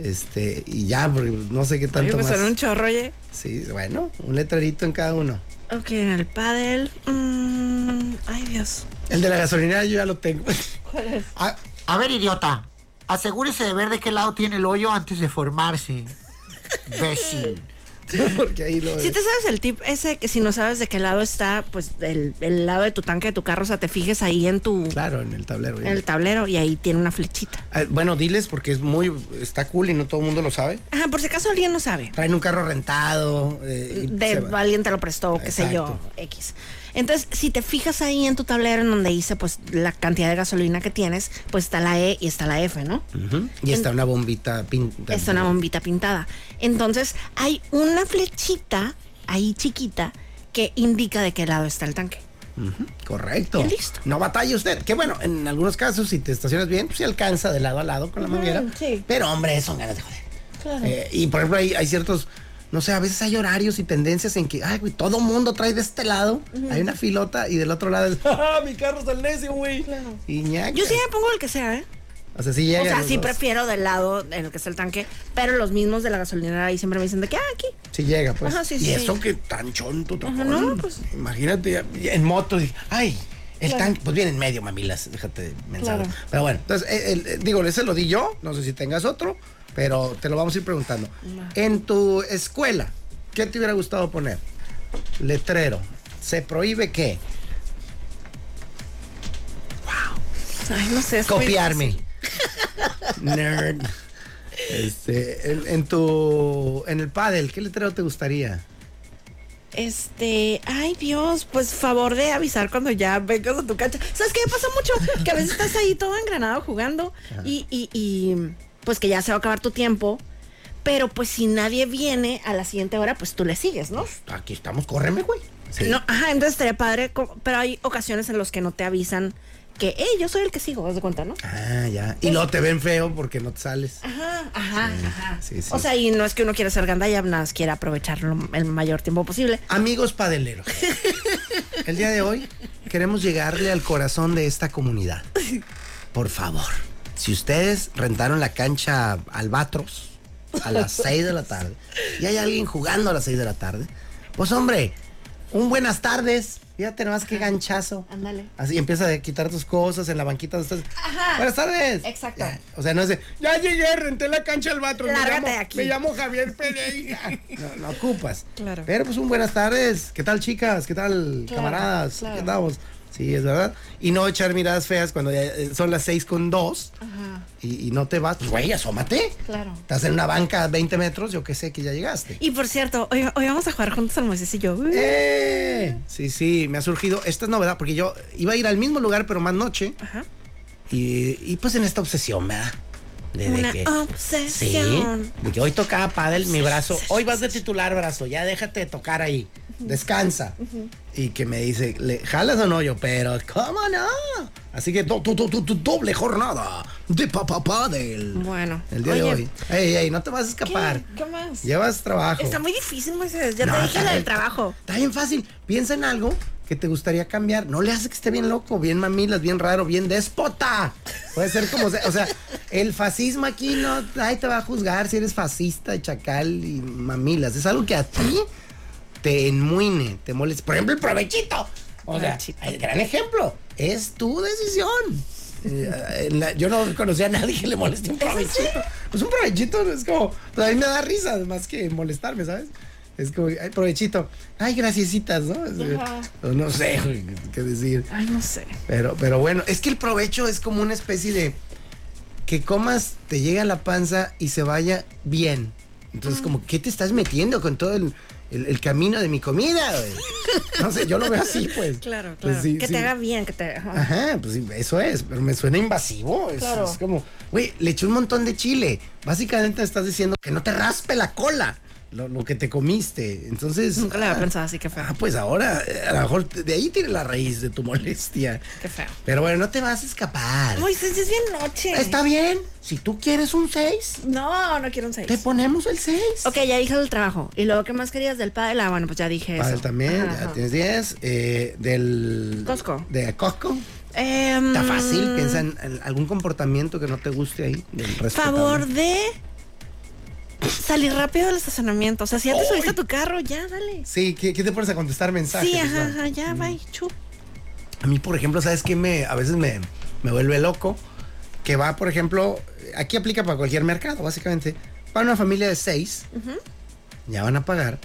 Speaker 4: Este, y ya, porque no sé qué
Speaker 2: Oye,
Speaker 4: tanto
Speaker 2: pues
Speaker 4: más.
Speaker 2: son un chorro, oye.
Speaker 4: Sí, bueno, un letrerito en cada uno.
Speaker 2: Ok, en el pádel. mm, ay, Dios.
Speaker 4: El de la gasolinera yo ya lo tengo.
Speaker 6: A, a ver, idiota. Asegúrese de ver de qué lado tiene el hoyo antes de formarse. Imbécil.
Speaker 4: [laughs] Porque ahí lo
Speaker 2: Si te sabes el tip ese que si no sabes de qué lado está, pues el, el lado de tu tanque de tu carro, o sea, te fijes ahí en tu
Speaker 4: Claro, en el tablero.
Speaker 2: en el tablero y ahí tiene una flechita.
Speaker 4: Ah, Bueno, diles porque es muy está cool y no todo el mundo lo sabe.
Speaker 2: Ajá, por si acaso alguien no sabe.
Speaker 4: Traen un carro rentado. eh, y se
Speaker 2: De
Speaker 4: va.
Speaker 2: alguien te lo prestó, qué sé yo, X. Entonces, si te fijas ahí en tu tablero en donde dice pues la cantidad de gasolina que tienes, pues está la E y está la F, ¿no?
Speaker 4: Ujú. Y está una bombita pintada.
Speaker 2: Es una bombita pintada. Entonces, hay una flechita ahí chiquita que indica de qué lado está el tanque.
Speaker 4: Correcto.
Speaker 2: Y listo.
Speaker 4: No batalla usted. Que bueno, en algunos casos, si te estacionas bien, pues se alcanza de lado a lado con la manguera.
Speaker 2: sí.
Speaker 4: Pero hombre, son ganas de joder. Eh, y por ejemplo, hay, hay ciertos. No sé, a veces hay horarios y tendencias en que, ay, güey, todo mundo trae de este lado. Hay una filota y del otro lado es, [laughs] ¡ah, mi carro es el necio, güey! Y ñaca.
Speaker 2: Yo sí me pongo el que sea, ¿eh?
Speaker 4: O sea, sí
Speaker 2: O
Speaker 4: llegan
Speaker 2: sea,
Speaker 4: los
Speaker 2: sí
Speaker 4: dos.
Speaker 2: prefiero del lado en el que está el tanque, pero los mismos de la gasolinera ahí siempre me dicen de que, ah, aquí.
Speaker 4: Sí llega, pues.
Speaker 2: Ajá, sí,
Speaker 4: y
Speaker 2: sí.
Speaker 4: eso que tan chonto,
Speaker 2: Ajá,
Speaker 4: tocón.
Speaker 2: no, pues.
Speaker 4: Imagínate, ya- ya en moto, y- ay, el tanque, pues viene en medio, mamilas, déjate de mensajes.
Speaker 2: Claro.
Speaker 4: Pero bueno, entonces, eh, el- eh, digo, ese lo di yo, no sé si tengas otro, pero te lo vamos a ir preguntando. En tu escuela, ¿qué te hubiera gustado poner? Letrero, ¿se prohíbe qué?
Speaker 2: Ay, no sé. es muy [laughs]
Speaker 4: Copiarme. Nerd. Este, en, en tu, en el pádel, ¿qué letrero te gustaría?
Speaker 2: difícil. Este, ay Dios, pues favor de avisar cuando ya vengas a tu cancha. ¿Sabes qué me pasa mucho? Que a veces estás ahí todo engranado jugando y, y, y pues que ya se va a acabar tu tiempo. Pero pues si nadie viene a la siguiente hora, pues tú le sigues, ¿no?
Speaker 4: Aquí estamos, córreme, güey. Sí.
Speaker 2: No, ajá, entonces estaría padre, co- pero hay ocasiones en las que no te avisan que, hey, yo soy el que sigo, haz de cuenta, ¿no?
Speaker 4: Ah, ya. Y luego te ven feo porque no te sales.
Speaker 2: Ajá, ajá, ajá.
Speaker 4: sí, sí.
Speaker 2: O sea, y no es que uno quiera ser gandalla, nada más quiera aprovechar lo- el mayor tiempo posible.
Speaker 4: Amigos padeleros, el día de hoy queremos llegarle al corazón de esta comunidad. Por favor, si ustedes rentaron la cancha Albatros a las 6 de la tarde y hay alguien jugando a las 6 de la tarde, pues hombre, un buenas tardes. Fíjate nomás qué ganchazo.
Speaker 2: Ándale.
Speaker 4: Así empieza a quitar tus cosas en la banquita. donde estás.
Speaker 2: Ajá.
Speaker 4: Buenas tardes.
Speaker 2: Exacto.
Speaker 4: Ya, o sea, no es de, ya llegué, renté la cancha Albatros. me
Speaker 2: Lárgate
Speaker 4: llamo-
Speaker 2: de aquí.
Speaker 4: me llamo Javier Pereira. No, no ocupas.
Speaker 2: Claro.
Speaker 4: Pero pues un buenas tardes. ¿Qué tal, chicas? ¿Qué tal,
Speaker 2: Claro,
Speaker 4: camaradas?
Speaker 2: claro.
Speaker 4: ¿Qué andamos? Sí, es verdad. Y no echar miradas feas cuando ya, eh, son las seis con dos y, y no te vas. Pues, güey, asómate.
Speaker 2: Claro.
Speaker 4: Estás en una banca a 20 metros, yo que sé que ya llegaste.
Speaker 2: Y por cierto, hoy, hoy vamos a jugar juntos al Moisés y yo.
Speaker 4: ¡Eh! Sí, sí, me ha surgido. Esta es novedad porque yo iba a ir al mismo lugar, pero más noche.
Speaker 2: Ajá.
Speaker 4: Y, y, pues en esta obsesión, ¿verdad? De, de
Speaker 2: Una
Speaker 4: que-
Speaker 2: obsesión.
Speaker 4: Sí, porque hoy tocaba pádel, mi brazo. Hoy vas de titular, brazo. Ya déjate de tocar ahí. Descansa. Y que me dice, ¿le jalas o no? Yo, pero ¿cómo no? Así que do- do- do- do- do- doble jornada de papá pádel.
Speaker 2: Bueno,
Speaker 4: El día
Speaker 2: oye.
Speaker 4: de hoy. Ey, ey, no te vas a escapar.
Speaker 2: ¿Qué? ¿Qué más?
Speaker 4: Llevas trabajo.
Speaker 2: Está muy difícil, Moisés. pues, Ya
Speaker 4: No,
Speaker 2: te dije
Speaker 4: está
Speaker 2: la del
Speaker 4: bien-
Speaker 2: trabajo.
Speaker 4: Está bien fácil. Piensa en algo que te gustaría cambiar. No le hace que esté bien loco, bien mamilas, bien raro, bien déspota. Puede ser como sea. O sea, el fascismo aquí no. Ahí te va a juzgar si eres fascista, chacal y mamilas. Es algo que a ti te enmuine, te moleste. Por ejemplo, el provechito. O sea,
Speaker 2: Provechito.
Speaker 4: el gran ejemplo. Es tu decisión. Eh, en la- yo no conocía a nadie que le moleste un provechito. Pues un provechito es como. pues a mí me da risa más que molestarme, ¿sabes? Es como, ay, provechito. Ay, graciecitas, ¿no? Es- o No sé güey, qué decir.
Speaker 2: Ay, no sé.
Speaker 4: Pero, pero bueno, es que el provecho es como una especie de que comas, te llega a la panza y se vaya bien. Entonces,
Speaker 2: Mm.
Speaker 4: como, ¿qué te estás metiendo con todo el, el- el camino de mi comida? güey? No sé, yo lo veo así, pues.
Speaker 2: Claro, claro.
Speaker 4: Pues sí,
Speaker 2: que
Speaker 4: sí.
Speaker 2: te haga bien, que te. ajá.
Speaker 4: Ajá, pues sí, eso es, pero me suena invasivo. Es,
Speaker 2: Claro.
Speaker 4: es como, güey, le eché un montón de chile. Básicamente estás diciendo que no te raspe la cola. lo, lo que te comiste. Entonces.
Speaker 2: Nunca la había
Speaker 4: ah,
Speaker 2: pensado así, qué feo.
Speaker 4: Ah, pues ahora, eh, a lo mejor te- de ahí tiene la raíz de tu molestia.
Speaker 2: Qué feo.
Speaker 4: Pero bueno, no te vas a escapar.
Speaker 2: Moisés, es bien noche.
Speaker 4: Ah. Está bien. Si tú quieres un 6,
Speaker 2: No, no quiero un
Speaker 4: te
Speaker 2: 6.
Speaker 4: ponemos el 6.
Speaker 2: Ok, ya dije del trabajo. ¿Y luego qué más querías del padre? Ah, bueno, pues ya dije
Speaker 4: Padel
Speaker 2: eso.
Speaker 4: también,
Speaker 2: Ajá,
Speaker 4: ya
Speaker 2: ajá.
Speaker 4: tienes 10. eh, del.
Speaker 2: Costco.
Speaker 4: De Costco.
Speaker 2: Em,
Speaker 4: Está fácil, piensa en en algún comportamiento que no te guste ahí. del respetable.
Speaker 2: Favor de salir rápido del estacionamiento. O sea, si ya te subiste a tu carro, ya, dale.
Speaker 4: Sí, ¿qué, qué te pones a contestar mensajes?
Speaker 2: Sí, ajá,
Speaker 4: no? Mm.
Speaker 2: ajá, ya, bye, chup.
Speaker 4: A mí, por ejemplo, ¿sabes qué? Me, a veces me, me vuelve loco. Que va, por ejemplo, aquí aplica para cualquier mercado, básicamente. Para una familia de seis, ya van a pagar.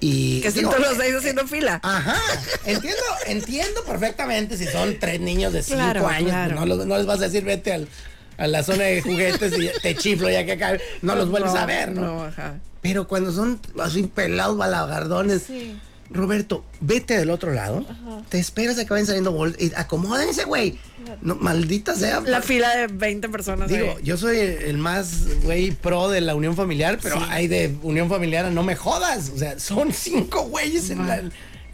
Speaker 4: Y.
Speaker 2: Que
Speaker 4: digo,
Speaker 2: siento los seis haciendo fila.
Speaker 4: Ajá, [laughs] entiendo, entiendo perfectamente si son tres niños de cinco
Speaker 2: Claro,
Speaker 4: años, pues
Speaker 2: claro.
Speaker 4: no, los- no les vas a decir vete al- a la zona de juguetes y te chiflo ya que acá no los vuelves a ver, ¿no?
Speaker 2: ajá.
Speaker 4: Pero cuando son así pelados balagardones,
Speaker 2: Sí.
Speaker 4: Roberto, vete del otro lado, te esperas a que vayan saliendo bol- y acomódense, güey. No, maldita sea.
Speaker 2: La fila de 20 personas.
Speaker 4: Digo,
Speaker 2: ahí.
Speaker 4: yo soy el más, güey, pro de la unión familiar, pero hay de unión familiar a no me jodas. O sea, son [laughs] cinco güeyes en, la-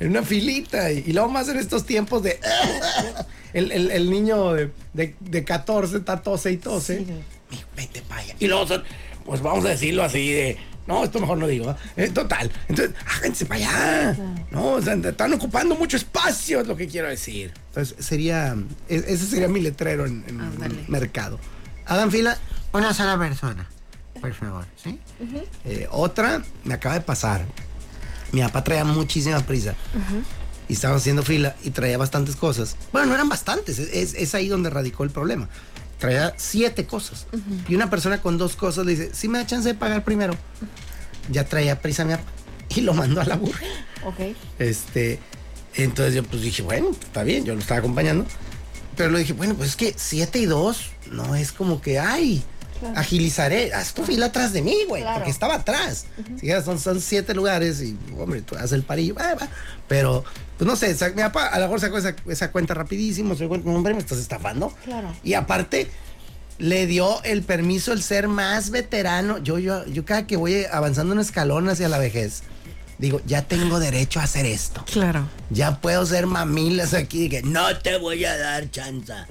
Speaker 4: en una filita. Y, y luego más en estos tiempos de... [laughs] el, el- el niño de, de, de 14 está tose y tose. Mi- Vete para allá. Y luego son, pues vamos a decirlo así de... No, esto mejor no digo. ¿ah? Eh, total. Entonces, háganse para allá. No, o sea, están ocupando mucho espacio, es lo que quiero decir. Entonces, sería... e- Ese sería mi letrero en, en
Speaker 2: Ándale.
Speaker 4: mercado. Hagan fila.
Speaker 6: Una sola persona, por favor, ¿sí?
Speaker 4: Eh, otra me acaba de pasar. Mi papá traía muchísima prisa. Y estaba haciendo fila y traía bastantes cosas. Bueno, no eran bastantes. Es, es- es ahí donde radicó el problema. Traía siete cosas. Y una persona con dos cosas le dice, si me da chance de pagar primero. Ya traía prisa mi papá. Y lo mandó a la burra.
Speaker 2: Ok.
Speaker 4: Este, entonces yo pues dije, bueno, está bien, yo lo estaba acompañando. Pero lo dije, bueno, pues es que 7 y 2 no es como que, ay, agilizaré, haz tu fila atrás de mí, güey, porque estaba atrás. Si ya son, son siete lugares y, hombre, tú haces el parillo, va, va. pero, pues no sé, sa- mi papá a lo mejor sacó esa, esa cuenta rapidísimo, se dio cuenta, hombre, me estás estafando.
Speaker 2: Claro.
Speaker 4: Y aparte, le dio el permiso el ser más veterano. Yo, yo, yo cada que voy avanzando un escalón hacia la vejez, digo, ya tengo derecho a hacer esto.
Speaker 2: Claro.
Speaker 4: Ya puedo ser mamilas aquí. Que no te voy a dar chanza.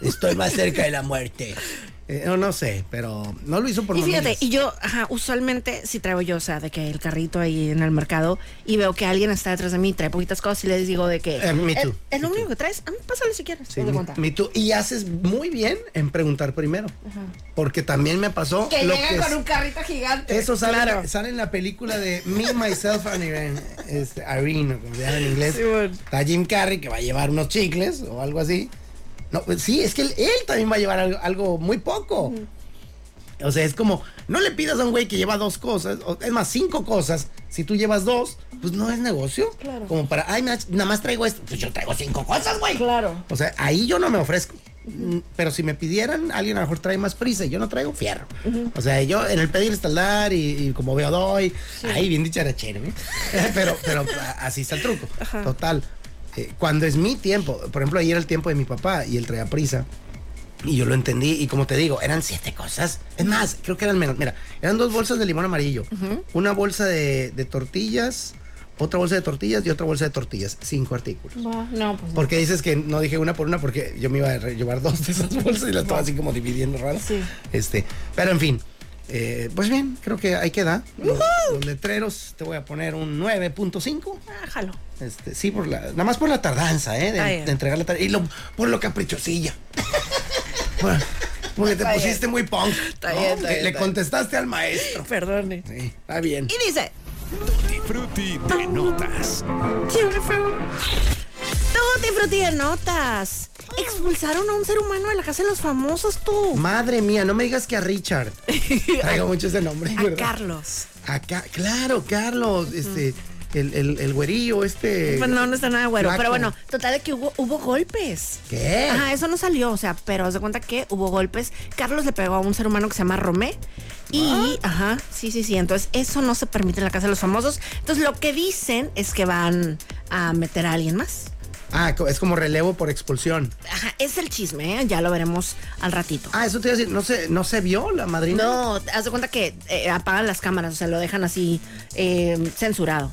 Speaker 4: Estoy más cerca de la muerte. [laughs] Eh, no, no sé, pero no lo hizo por
Speaker 2: Y fíjate,
Speaker 4: mamilas.
Speaker 2: y yo, ajá, usualmente si traigo yo, o sea, de que el carrito ahí en el mercado y veo que alguien está detrás de mí, trae poquitas cosas y les digo de que.
Speaker 4: Eh, me
Speaker 2: "Es-
Speaker 4: too,
Speaker 2: Es lo único que traes. Ah, pásale si quieres.
Speaker 4: Sí,
Speaker 2: no te
Speaker 4: me-
Speaker 2: cuenta".
Speaker 4: me too. Y haces muy bien en preguntar primero. Porque también me pasó.
Speaker 2: que
Speaker 4: lo
Speaker 2: llegan
Speaker 4: que
Speaker 2: con
Speaker 4: es-
Speaker 2: un carrito gigante.
Speaker 4: Eso sale,
Speaker 2: Claro.
Speaker 4: sale en la película de Me, Myself and Irene. Este, Irene, como se llama en inglés.
Speaker 2: Sí, bueno.
Speaker 4: Está Jim Carrey que va a llevar unos chicles o algo así. No, pues sí, es que él, él también va a llevar algo, algo muy poco.
Speaker 2: Mm.
Speaker 4: O sea, es como, no le pidas a un güey que lleva dos cosas, o, es más, cinco cosas. Si tú llevas dos, pues no es negocio.
Speaker 2: Claro.
Speaker 4: Como para, ay, na- nada más traigo esto. Pues yo traigo cinco cosas, güey.
Speaker 2: Claro.
Speaker 4: O sea, ahí yo no me ofrezco. Mm, Pero si me pidieran, alguien a lo mejor trae más prisa y yo no traigo fierro. O sea, yo en el pedir está el dar y, y como veo doy. Ahí bien dicharachero, ¿eh? [laughs] pero, pero a- así está el truco. Total. eh, cuando es mi tiempo, por ejemplo, ayer era el tiempo de mi papá y él traía prisa. Y yo lo entendí, y como te digo, eran siete cosas. Es más, creo que eran menos. Mira, eran dos bolsas de limón amarillo, una bolsa de, de tortillas, otra bolsa de tortillas y otra bolsa de tortillas. Cinco artículos.
Speaker 2: No, pues.
Speaker 4: Porque dices que no dije una por una porque yo me iba a re- llevar dos de esas bolsas y las estaba así como dividiendo raro.
Speaker 2: Sí.
Speaker 4: Este, pero en fin, eh, pues bien, creo que ahí queda. Los, los letreros te voy a poner un 9.5.
Speaker 2: Déjalo.
Speaker 4: Este, sí, por la, nada más por la tardanza, ¿eh? De,
Speaker 2: Está bien.
Speaker 4: de entregar la tarea. Y lo, por
Speaker 2: [laughs]
Speaker 4: lo caprichosilla. Por- porque te pusiste muy punk. ¿no?
Speaker 2: bien, está
Speaker 4: Le-
Speaker 2: bien,
Speaker 4: Le
Speaker 2: está
Speaker 4: contestaste al maestro.
Speaker 2: Perdone.
Speaker 4: Sí, está bien.
Speaker 2: Y dice.
Speaker 1: Frutti de notas.
Speaker 2: Todo te frutti de notas. Expulsaron a un ser humano de la casa de los famosos, tú.
Speaker 4: Madre mía, no me digas que
Speaker 2: [laughs]
Speaker 4: a Richard. Traigo mucho ese nombre,
Speaker 2: A
Speaker 4: ¿verdad?
Speaker 2: Carlos.
Speaker 4: Acá, claro, Carlos, este, el, el, el güerillo, este.
Speaker 2: Pues no, no está nada güero.
Speaker 4: flaco. Eh.
Speaker 2: Pero bueno, total de que hubo, hubo golpes.
Speaker 4: ¿Qué?
Speaker 2: Ajá, eso no salió, o sea, pero haz de cuenta que hubo golpes. Carlos le pegó a un ser humano que se llama Romé. Y,
Speaker 4: Ah.
Speaker 2: ajá, sí, sí, sí. Entonces, eso no se permite en la casa de los famosos. Entonces, lo que dicen es que van a meter a alguien más.
Speaker 4: Ah, co- es como relevo por expulsión.
Speaker 2: Ajá, es el chisme, ¿eh? ya lo veremos al ratito.
Speaker 4: Ah, eso te iba a decir, no se, no se vio la madrina.
Speaker 2: No, haz de cuenta que eh, apagan las cámaras, o sea, lo dejan así eh, censurado.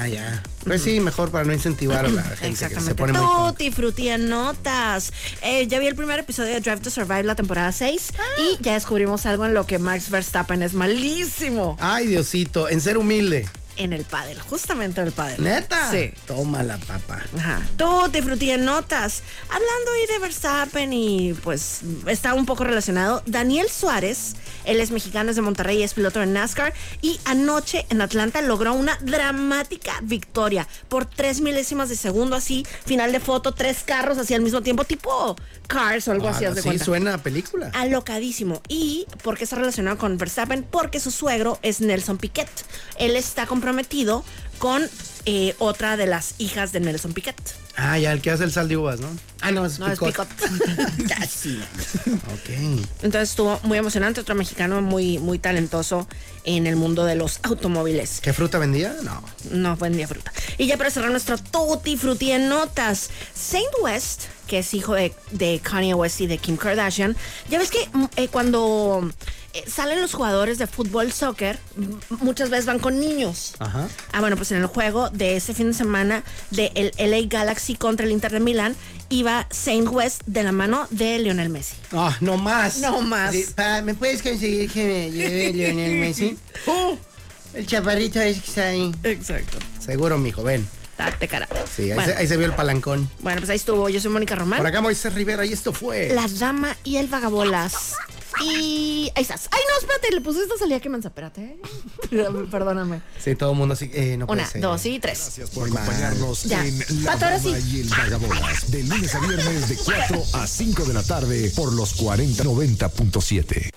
Speaker 4: Ah, ya. Pues sí, mejor para no incentivar a la gente que se
Speaker 2: Exactamente.
Speaker 4: pone muy tonta.
Speaker 2: Tutti frutti en notas. Eh, ya vi el primer episodio de Drive to Survive, la temporada 6,
Speaker 4: Ah.
Speaker 2: y ya descubrimos algo en lo que Max Verstappen es malísimo.
Speaker 4: Ay, Diosito, en ser humilde.
Speaker 2: En el pádel, justamente en el pádel.
Speaker 4: ¿Neta?
Speaker 2: Sí.
Speaker 4: Toma la papa.
Speaker 2: Ajá. Tutti frutti en notas. Hablando ahí de Verstappen y pues está un poco relacionado. Daniel Suárez, él es mexicano, es de Monterrey, es piloto de NASCAR y anoche en Atlanta logró una dramática victoria por tres milésimas de segundo, así, final de foto, tres carros así al mismo tiempo, tipo Cars o algo así.
Speaker 4: Ah,
Speaker 2: haz de
Speaker 4: sí,
Speaker 2: cuenta. Ah.
Speaker 4: suena a película.
Speaker 2: Alocadísimo. ¿Y por qué está relacionado con Verstappen? Porque su suegro es Nelson Piquet. Él está comprometido con eh, otra de las hijas de Nelson Piquet.
Speaker 4: Ah, ya, el que hace el sal de uvas, ¿no? Ah, no, es
Speaker 2: No es
Speaker 4: picot.
Speaker 2: Piquet. [laughs] Casi.
Speaker 4: Ok.
Speaker 2: Entonces estuvo muy emocionante. Otro mexicano muy, muy talentoso en el mundo de los automóviles.
Speaker 4: ¿Qué fruta vendía? No.
Speaker 2: No, buen día, fruta. Y ya para cerrar nuestro tutti frutti en notas, Saint West, que es hijo de, de Kanye West y de Kim Kardashian, ya ves que mm, eh, cuando eh, salen los jugadores de fútbol, soccer, m- muchas veces van con niños.
Speaker 4: Ajá.
Speaker 2: Ah, bueno, pues en el juego de ese fin de semana de el LA Galaxy contra el Inter de Milán, iba Saint West de la mano de Lionel Messi.
Speaker 4: Ah, no más.
Speaker 2: No más.
Speaker 4: Sí, pa, ¿Me puedes conseguir que me lleve Lionel
Speaker 2: [laughs]
Speaker 4: Messi?
Speaker 2: Uh.
Speaker 4: ¡Oh! El chaparrito es que está ahí.
Speaker 2: Exacto.
Speaker 4: Seguro, mijo, ven.
Speaker 2: Date cara.
Speaker 4: Sí, ahí,
Speaker 2: bueno,
Speaker 4: se, ahí se vio el palancón.
Speaker 2: bueno, pues ahí estuvo. Yo soy Mónica Román.
Speaker 4: Por acá Moisés Rivera y esto fue...
Speaker 2: La dama y el vagabolas. Y ahí estás. Ay, no, espérate, le puse esta salida que manza. Espérate. [laughs] Perdóname, Perdóname.
Speaker 4: Sí, todo el mundo así... Eh, no
Speaker 2: Una,
Speaker 4: puede ser.
Speaker 2: dos y tres.
Speaker 1: Gracias por acompañarnos
Speaker 2: Ya.
Speaker 1: en La
Speaker 2: Pato, ahora
Speaker 1: Dama
Speaker 2: sí.
Speaker 1: y el Vagabolas. De lunes a viernes de 4 a 5 de la tarde por los 4090.7.